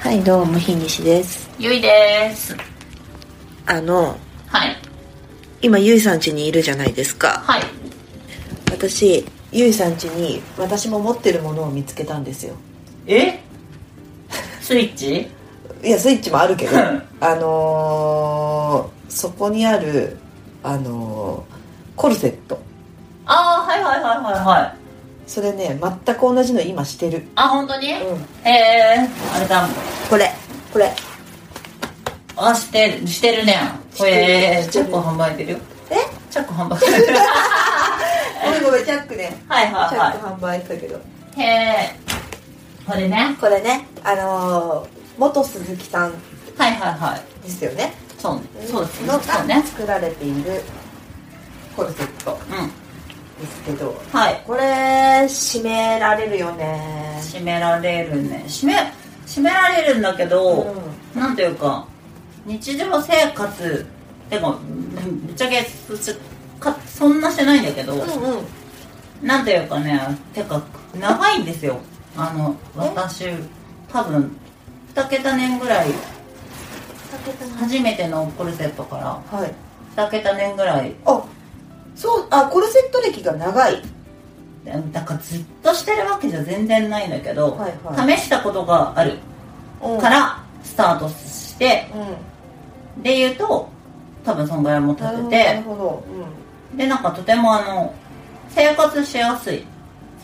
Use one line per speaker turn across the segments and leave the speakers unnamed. はいどうも日西です
ゆいです。
あの
はい。
今ゆいさん家にいるじゃないですか
はい。
私ゆいさん家に私も持ってるものを見つけたんですよ
えスイッチ
いやスイッチもあるけ ど
うん
あのーそこにあるあのーコルセット
ああ、はいはいはいはいはい。
それね全く同じの今してる
あ、本当に
う
へ
ん
え、あれだ。
これこれ
あ、してる、してるね。
して
こ
る
れ、
して
チ
る
ャック販売してるよ。
え
チャック販売してる。は
ごめんごめんチャックね
い
チャ
はい
ッ
は
ク販売したけど
い。へえ。これね。
これねあのー元鈴木さん
はいはいはい。
ですよね
そうね。そうですね。
の
そうね
が。作られているコルセット
うん。
ですけど
はい。
これ締められるよね
閉められるね。閉め、閉められるんだけ
う
ど、
ん
なんていうか日常生活てかうんぶっちゃけぶっちゃかそんなしてないんだけど、
うんうん
なんていうかねてか長いんですよあの私多分2桁年ぐらい初めてのコルセットか
はい
ら2桁年ぐらい
あそうあコルセット歴が長い
だからずっとしてるわけじゃ全然ないんだけど、
はいは
試したことがある
うん
からスタートして
う
で言うと多分そんぐらいも
ん
経
なるほど
ってて
なるほど
でなんかとてもあの生活しやすい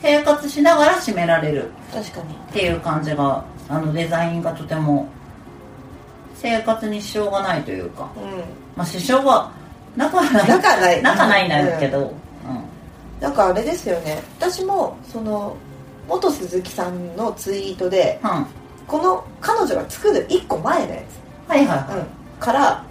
生活しながら締められる
うん確かに
っていう感じがあのデザインがとても生活に支障がないというか
う
まあ支障はなくはなんい
仲ない
なくはないんだけ
う
ど、うん
んなんかあれですよね私もその元鈴木さんのツイートで
うん、
この彼女が作る1個前のやつ
はいはいは
うん、から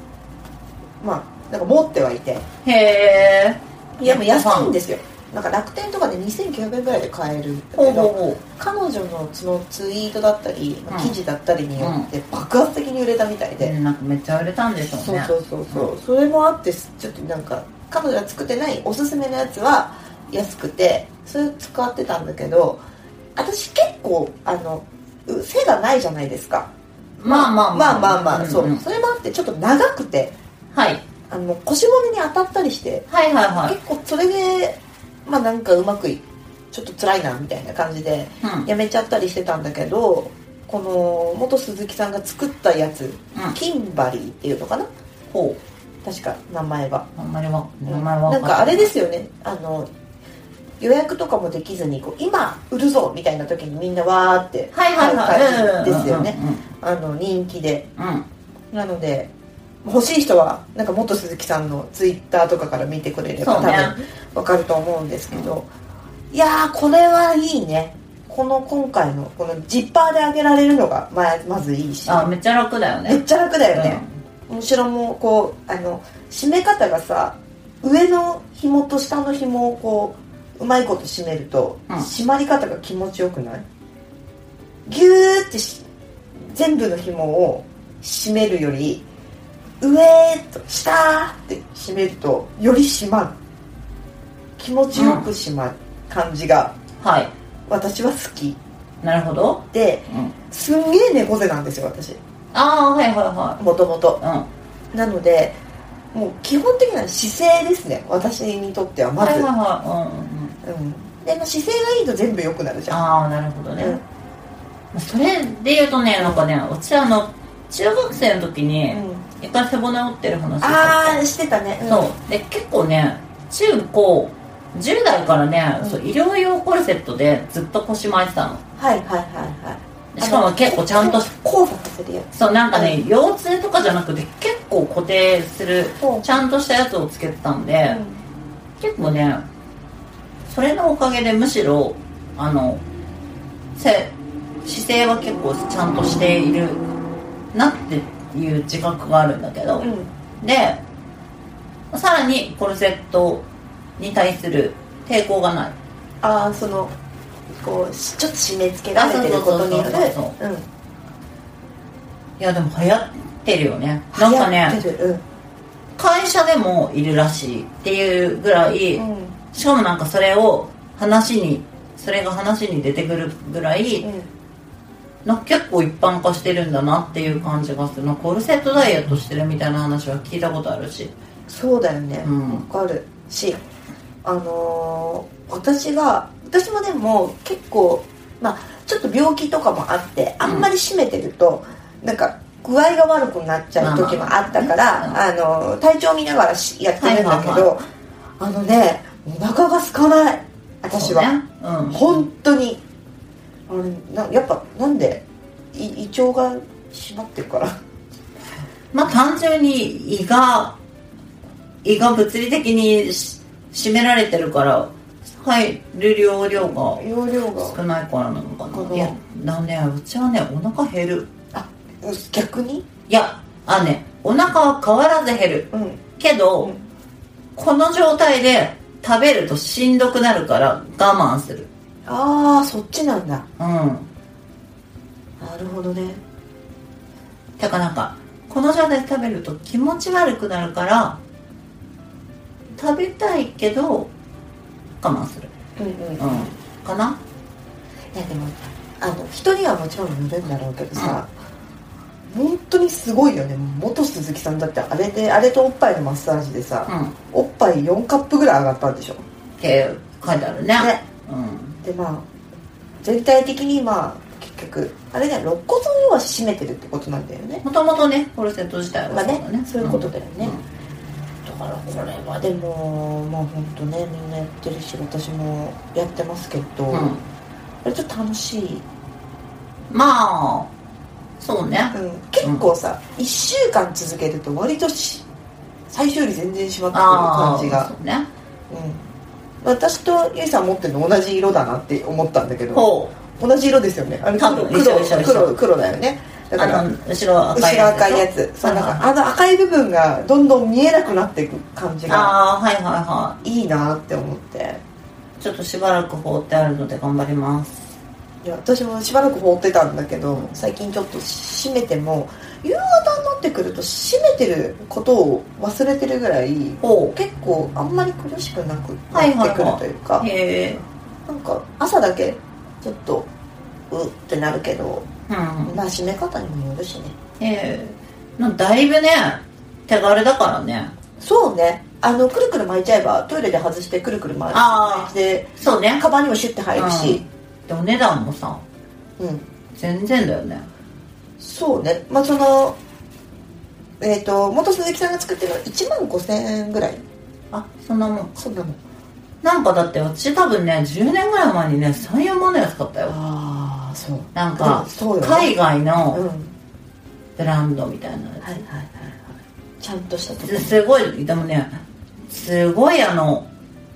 まあなんか持ってはいて
いへえ
いやもう安いんですよなんか楽天とかで2900円ぐらいで買えるんだけ
ほうほう
ど
ほ
彼女のそのツイートだったり、
うん
記事だったりによって爆発的に売れたみたいう
う
で、
んなんかめっちゃ売れたんでしょうね
そうそうそうそう、それもあってちょっとなんか彼女が作ってないおすすめのやつは安くてそれ使ってたんだけど私結構あのう背がないじゃないですか
まあまあ
まあまあまあ、
んん
そうそれもあってちょっと長くて
はい、
あの腰骨に当たったりして
はいはいはい
結構それでまあなんかうまくいちょっと辛いなみたいな感じで
うん
やめちゃったりしてたんだけどこの元鈴木さんが作ったやつ
うん
キンバリーっていうのかな
ほ
確か名前は、
うあんまりわ
うん
名前は
な
分
ん
ん
かあれですよねあの予約とかもできずにこう今売るぞみたいな時にみんなわーって
はいはいは
感
い
じですよね
うんうんうん
あの人気で
うん
なので欲しい人はなんか元鈴木さんのツイッターとかから見てくれれば
そ
多
うね
分わかると思うんですけど、いやーこれはいいねこの今回のこのジッパーで上げられるのがまあまずいいし
あめっちゃ楽だよ
めっ
ね
ちゃ楽だよね、後ろもこうあの締め方がさ上の紐と下の紐をこううまいこと締めると、
うん
締まり方が気持ちよくないギューってし全部の紐を締めるより上と下って締めるとより締まる気持ちよく締まる感じが
うんはい
私は好き
なるほど、
で
うん、
すんげえ猫背なんですよ私
ああはいは
もともと
いはい、うん、
なのでもう基本的な姿勢ですね私にとってはま
はいは
ず、
いはい、うんうん、
うん、で、まあ、姿勢がいいと全部良くなるじゃん
ああなるほどね、
うん
それで言うとねなんかね私あの中学生の時に
うん
一回背骨折ってる話をした
ああしてたね、うん、
そうで結構ね中高10代からね、
うん
そう医療用コルセットでずっと腰巻いてたの
はいはいはいはい
しかも結構ちゃんと
交差させるや
そうなんかね、腰痛とかじゃなくて結構固定する
つこ
ちゃんとしたやつをつけてたんで、
う、
結構ねそれのおかげでむしろあのせ姿勢は結構ちゃんとしているなっていう自覚があるんだけど、
うんうん、
でさらにコルセットに対する抵抗がない
ああそのこうしちょっと締め付けられてることによる
あそうそうそう
うん
いやでも流行ってるよねなんか
流
ね
行ってる
会社でもいるらしいっていうぐらい、
うんうん
しかもなんかそれを話にそれが話に出てくるぐらい、
うん
なんか結構一般化してるんだなっていう感じがするなんかコルセットダイエットしてるみたいな話は聞いたことあるし
そうだよね
う
わ、
ん
かるしあのー私が私もでも結構まあちょっと病気とかもあってあんまり締めてると、なんか具合が悪くなっちゃう時もあったから、
まあ
あのー体調見ながらしやってるんだけど、
はいは
あのねお腹が空かない私は、
そうね
本当にあれなやっぱなんでい胃腸が締まってるから
うん、まあ単純に胃が胃が物理的にし締められてるから入る容量が
容量が
少ないからなのか
こ
な
の
いやだねうちはねお腹減る
あう逆に
いやあねお腹は変わらず減る
うん
けど、
うん
この状態で食べるとしんどくなるから我慢する
ああそっちなんだ
うん
なるほどね
だからなんかこの状態で食べると気持ち悪くなるから食べたいけど我慢する
うんうん
うんかない
やでもあの人にはもちろん塗るんだろうけどさ、本当にすごいよね元鈴木さんだってあれであれとおっぱいのマッサージでさ、
うんっ
おっぱい4カップぐらい上がったんでしょ
て書いてあるね
ね
うん
でまあ全体的にまあ結局あれだよ肋骨を要は締めてるってことなんだよね
もともとねコルセット自体は
まあね
だ
そういうことだよね、だからこれはでもまあ本当ねみんなやってるし私もやってますけど、
うんうん
これちょっと楽しい
まあそうね
うん結構さ、1週間続けると割とし最終より全然しまってくる
あ
感
あ
じが
そうね
うん、私とゆいさん持ってるの同じ色だなって思ったんだけど
ほう
同じ色ですよねあれ
多
黒
分
黒
一緒一緒一緒
黒黒だよねだか
あ
ら
の後ろ赤
後
い
ろ赤いや
つ
つそうなん
はい
かあの赤い部分がどんどん見えなくなっていく感じが
ああはいはいはい
いなって思って
いちょっとしばらく放ってあるので頑張ります
いや私もしばらく放ってたんだけど最近ちょっと閉めても夕方になってくると閉めてることを忘れてるぐらい
ほ
結構あんまり苦しくなくな
はいはいはい
ってくるというか、
うへえ
なんか朝だけちょっとうってなるけど
うん
まあ閉め方にもよるしね
ええなんかだいぶね手軽だからね
そうねあのくるくる巻いちゃえばトイレで外してくるくる巻い
あ
て
そうね
カバンにもシュッて入るし、
でお値段もさ
うん、
全然だよね
そうねまあそのえっ、と元鈴木さんが作ってるのは1万5000円ぐらい
あそんなもん
そんなもん
なんかだって私多分ね10年ぐらい前にね34万のやつ買ったよ
ああそう
なんか
そうよ、ね、
海外
うん
の
はい
ブランドみたいな
はいはい
や
はいちゃんとしたと
つ
こ
すすごいでもねすごいあの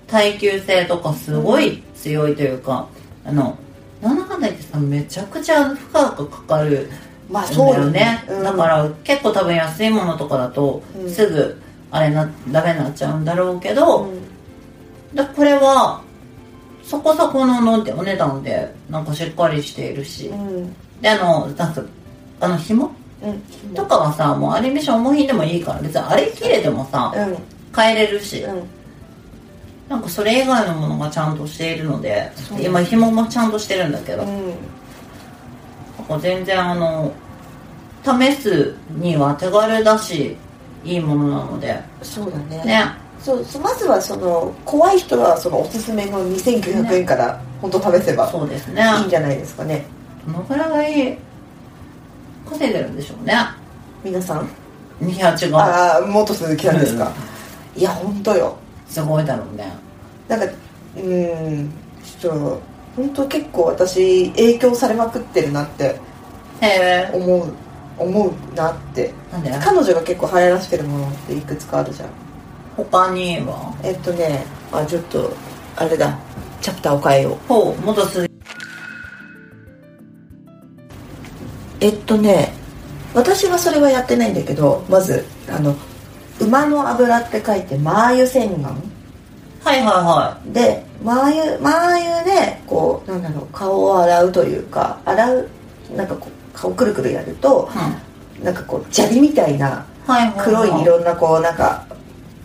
耐久性とかすごい強いというかあのなんだかんだ言ってさめちゃくちゃ負荷がかかる
まあ
そう
そう
だ
よ
よね
ね、、
だから結構多分安いものとかだと
うん
すぐあれなダメになっちゃうんだろうけ
ら
ど、
うん
だこれはそこそこののお値段でなんかしっかりしているし、
うん
であのなんかあの紐
うん
とかはさもうアニメーション重品でもいいから別にあれ切れてもさ
うん
変えれるし
うん
なんかそれ以外のものがちゃんとしているので
そう
今紐もちゃんとしてるんだけど、
うん
なんか全然あの試すには手軽だしいいものなので
そうだね
ね
そうそうまずはその怖い人はそのおすすめの2900円から本当試せば
そうですね
いいんじゃないですかね
どのくらいがいい稼いでるんでしょうね
皆さん
いや違う
ああ元鈴木さんですかいや本当よ
すごいだろうね
なんかうーんちょっと本当結構私影響されまくってるなって
へえ
思う思うなって
なんで
彼女が結構流行らしてるものっていくつかあるじゃん
他には
えっとねあちょっとあれだチャプターを変えよう
ほう元鈴
えっとね私はそれはやってないんだけどまずあの馬の油って書いてマー油洗顔
はいはいは
でマー油マー油でこうなんだろう顔を洗うというか洗うなんかこう顔くるくるやると
い、うん、
なんかこう砂利みたいな
はいはいはい
黒いいろんなこうなんか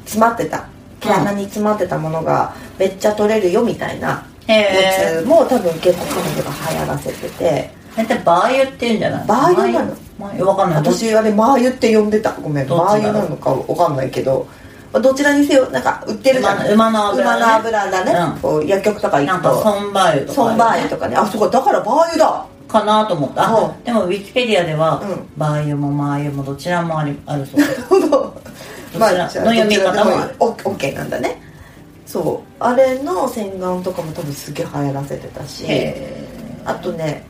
詰まってた毛穴に詰まってたものがめっちゃ取れるよみたいな
へ
や
え
つも多分結構彼女が流行らせてて
大体バー油って言うんじゃない
バー油なの
バー油わかんない
私あれマー油って呼んでたごめん
ど
マー
っちだ
油なのかわかんないけどまあどちらにせよなんか売ってるじゃない
馬の馬の油
馬の油だね、
うん
こう薬局とか
な
行
ん
く
か
と
ソンバー油とか
ソンバー油とかねあそうかだからバー油だ
かなと思った、あ
う
でもウィキペディアでは、
うん
バー油もマー油もどちらもありあるそうです
ま
ど
あ、
ちらの読み方もある
オッケーなんだねそうあれの洗顔とかも多分すげえ流行らせてたし
へ
あとね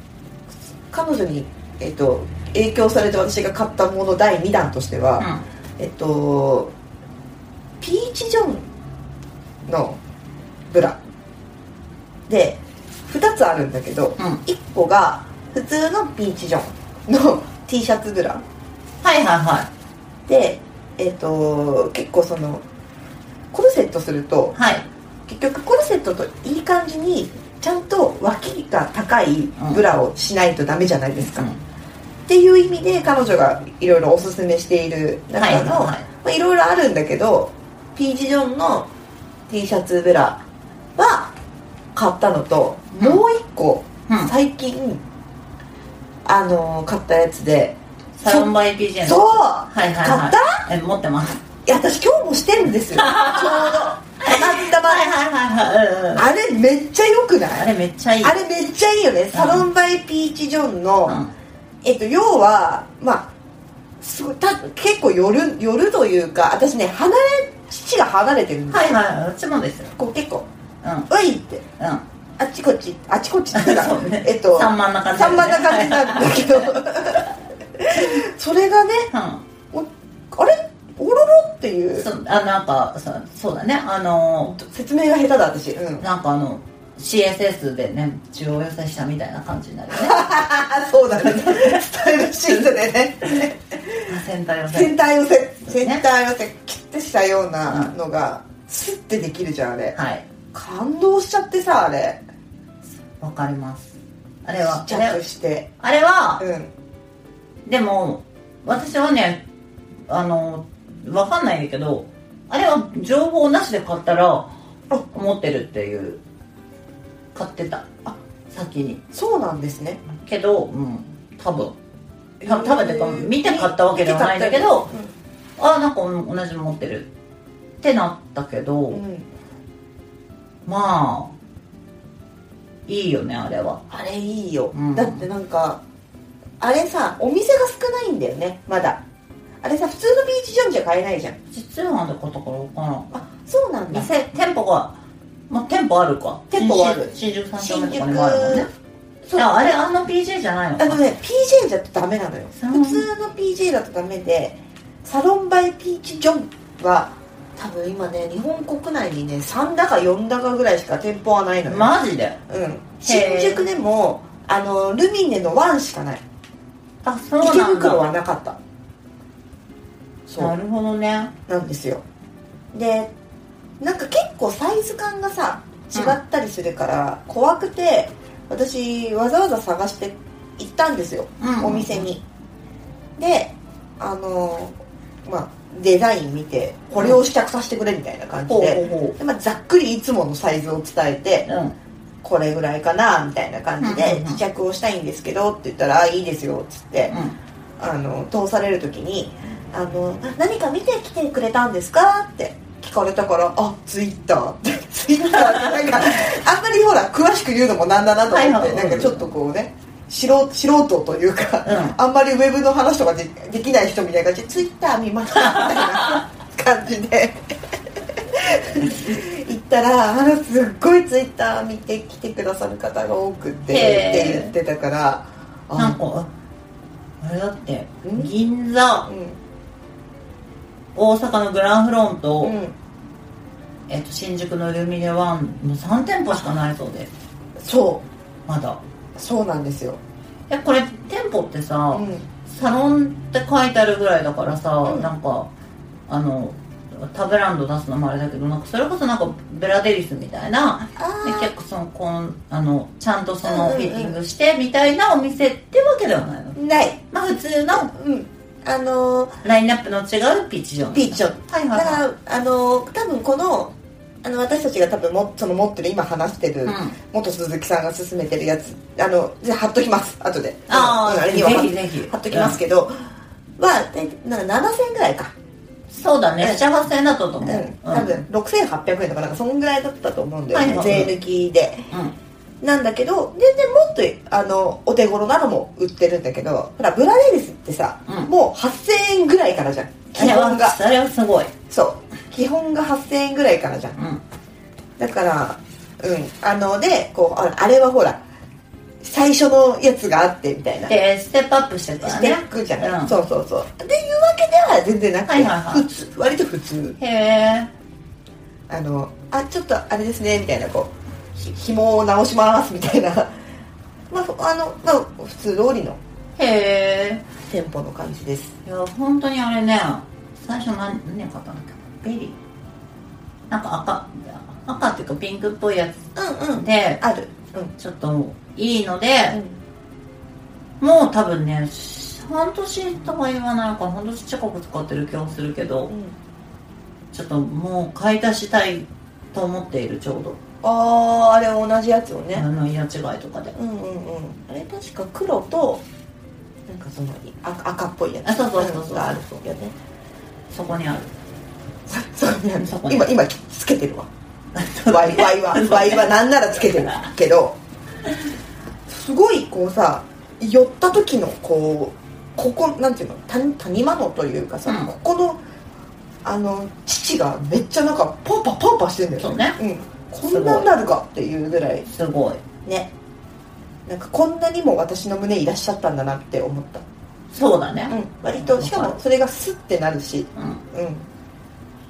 彼女に、えっと影響されて私が買ったもの第2弾としては、
ーうん
えっとピーチジョンのブラで2つあるんだけど、
うん
1個が普通のピーチジョンの T シャツブラ
はいはいは
でえっと結構そのコルセットすると
いはい
結局コルセットといい感じにちゃんと脇が高いブラをしないとダメじゃないですか、
うん
っていう意味で彼女がいろいろおすすめしている中の、
はいはいはい
まあいろいろあるんだけどピーチジョンの T シャツブラは買ったのと、
うん
もう一個、
うん
最近あのー買ったやつで
サロンバイ PJ の
そう
はいはい
買
は
っ
い
た
え持ってます
いや私今日もしてるん ですよちょうどたまたま
はいはいはいはい、うんうん、
あれめっちゃ良くない
あれめっちゃいい
あれめっちゃいいよねサロンバイピーチジョンの、
うん
えっと要はまあすごいた結構寄る寄るというか私ね離れ父が離れてるんですよ、
はいはいうんうちもですよ
こう結構
うんうん
「うい!」ってあっちこっちあっちこっちっていうか
そうね
えっと
散漫な感じだ
散
よ
漫
ね
な感じなんだけど それがねおあれおろろっていううん
そうあなんかそうそうだねあの
説明が下手だ私、うん、
なんかあの CSS でね中央寄せしたみたいな感じになる ね
あそうだねスタイルシートでね
全体を
センター寄せ
そう
セ
ね
ンター寄せキュッてしたようなのがスッてできるじゃんあれ
はい
感動しちゃってさあれ
わかりますあれは
試
あれ
着して
あれは
うん
でも私はねあのわかんないんだけどあれは情報なしで買ったら持ってるっていう買ってた
あ
先に
そうなんですね
けどうん多分た多分っていうか見て買ったわけではないんだけどあなんかうん同じの持ってるってなったけど、
うんうん
まあいいよねあれは
あれいいよ
うん
だってなんかあれさお店が少ないんだよねまだあれさ普通のビーチジョンじゃ買えないじゃん
実はで買ったから分からん
あそうなんだ
店店舗がまあ店舗あるか
店舗はある
新宿三丁
新
目と
宿
かにもあるもんね
そう
いやあれあんな PJ じゃないの
あ
か
のね PJ だとダメなのよ
そう
普通の PJ だとダメでサロンバイピーチジョンは多分今ね日本国内にね3だか4だかぐらいしか店舗はないのよ、
マジで
うん、新宿でもあのルミネの1しかない
あそう
池
なん
袋
だ
はなかったそ
な
う
るほどね
なんですよでなんか結構サイズ感がさ違ったりするから怖くて私わざわざ探して行ったんですよ
うん
お店にであのーまあデザイン見てこれを試着させてくれみたいな感じ
ほうほう
で
ほ
で、まあ、ざっくりいつものサイズを伝えて
ううん
これぐらいかなみたいな感じ
うん
で
うんうん
試着をしたいんですけどって言ったら「あいいですよ」っつって
う
あの通される時にあの「何か見てきてくれたんですか?」って聞かれたから「あツイッター」ってツイッターってなんかあんまりほら詳しく言うのもなんだなと思
は
っ
い
て
はい
なんかちょっとこうね素人素人というか、
うん
あんまりウェブの話とかでできない人みたいな感じでツイッター見ましたみたいな感じで行ったらあのすっごいツイッター見てきてくださる方が多くてって
へー
言ってたから
んなん
あ
かあれだって
ん
銀座大阪のグランフロント、
うん、うん
えっと、新宿のルミネワンも3店舗しかないそうです
そう
まだ
そうなんですよ、
えこれ店舗ってさ、
うん、
サロンって書いてあるぐらいだからさ、
うん
なんかあの他ブランド出すのもあれだけどなんかそれこそなんかブラデリスみたいな
あ
で結構そのこんあのちゃんとその
うんうんうん
フィッティングしてみたいなお店ってわけではないの、
ない
まあ普通の
うんあのー
ラインナップの違うピーチジョン
ピーチョン
はい
だ
は
か
いはい
らあのー多分このあの私たちが多分もその持ってる今話してる、
うん
元鈴木さんが勧めてるやつあのじゃあ貼っときます後で
あー
うんあれには貼っ
ぜひぜひ
貼っときますけど、は大体なんか7000円ぐらいか
そうだね
うん
幸せだったと
うん
思う、うん、
多分6800円とかなんかそんぐらいだったと思うんだよね、
はいはいはい
税抜きでなんだけど全然もっとあのお手頃なのも売ってるんだけどほらブラレリスってさ、
うん
もう8000円ぐらいからじゃん基
うん、あれ
本が
はあれはすごい、
そう基本が8000円ぐらいからじゃん
うん、
だからうんあのでこうああれはほら最初のやつがあってみたいな
でステップアップしてた
し
ら
て
ね
いくじゃない、
うん
そうそうそうっていうわけでは全然なくて、
はいはいはい
普通割と普通
へえ
あのあちょっとあれですねみたいなこうひ紐を直しますみたいな まああの、まあ、普通通りの
へえ
店舗の感じです
いや本当にあれね最初何何買ったんだっけベリーなんか赤赤っていうかピンクっぽいやつ
うんうん
で
あるうん
ちょっといいので、もう多分ね半年とは言わないから半年近く使ってる気がするけど
うん
ちょっともう買い足したいと思っているちょうど
あああれ同じやつをね、
あの色違いとかで
うんうんうんあれ確か黒となんかその赤赤っぽいやつ
あそうそうそうそうん
があるそうよね
そこにある
そうね
そこに
今今つけてるわワイワイはワイはなんならつけてるけどすごいこうさ寄った時のこうここなんていうの谷谷間のというかさ、
うん
ここのあの父がめっちゃなんかパンパンパンパンしてんだよ
そうね
うん、こんなんなるかっていうぐらい
すごい
ねなんかこんなにも私の胸いらっしゃったんだなって思った
そうだね
うん、割としかもそれがスッてなるし、
うん
うん、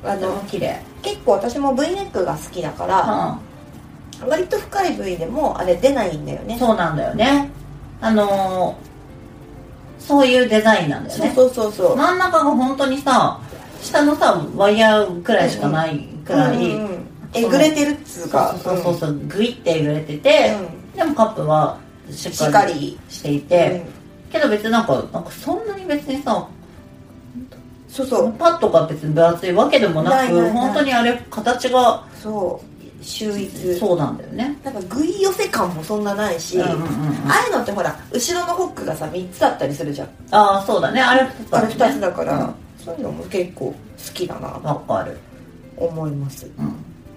あ
とても
の
綺麗
結構私も V ネックが好きだか
う
ら、
ん
割と深い部位でもあれ出ないんだよね
そうなんだよねあのーそういうデザインなんだよ
そう
ね
そうそうそう
真ん中が本当にさ下のさワイヤーくらいしかないくらい、
うんうんえぐれてるっつうか
そうそうそうグイって揺れてて、でもカップはし
し
っ
っか
かり
り、
していうて、
ん
けど別になんかなんかそんなに別にさ
そうそう
パッとか別に分厚いわけでもなく
ないないない
本当にあれ形が
そう秀逸
そうなんだよね
なんかぐい寄せ感もそんなないし、
うんうんうん
ああいうのってほら後ろのホックがさ3つだったりするじゃん
ああそうだねあれ2つ
あ
だ
れ
ね
2つだから、
うん
そういうのも結構好きだなと
わかる
思います
うん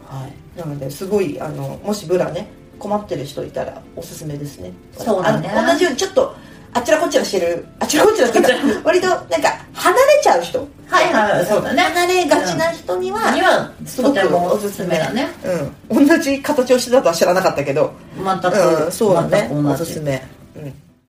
はい、なのですごいあのもしブラね困ってる人いたらおすすめですね
そうだね
あの同じようにちょっとあちらこちらしてるあちらこちらしてる 割となんか離れちゃう人
はいはいはいそうだね
離れがちな人には、
には
すご
と
く
てもおすすめだね
うん、同じ形をしてたとは知らなかったけど
全く、
うん、そうだね
全く
お
同
す
じ
すめ、うん、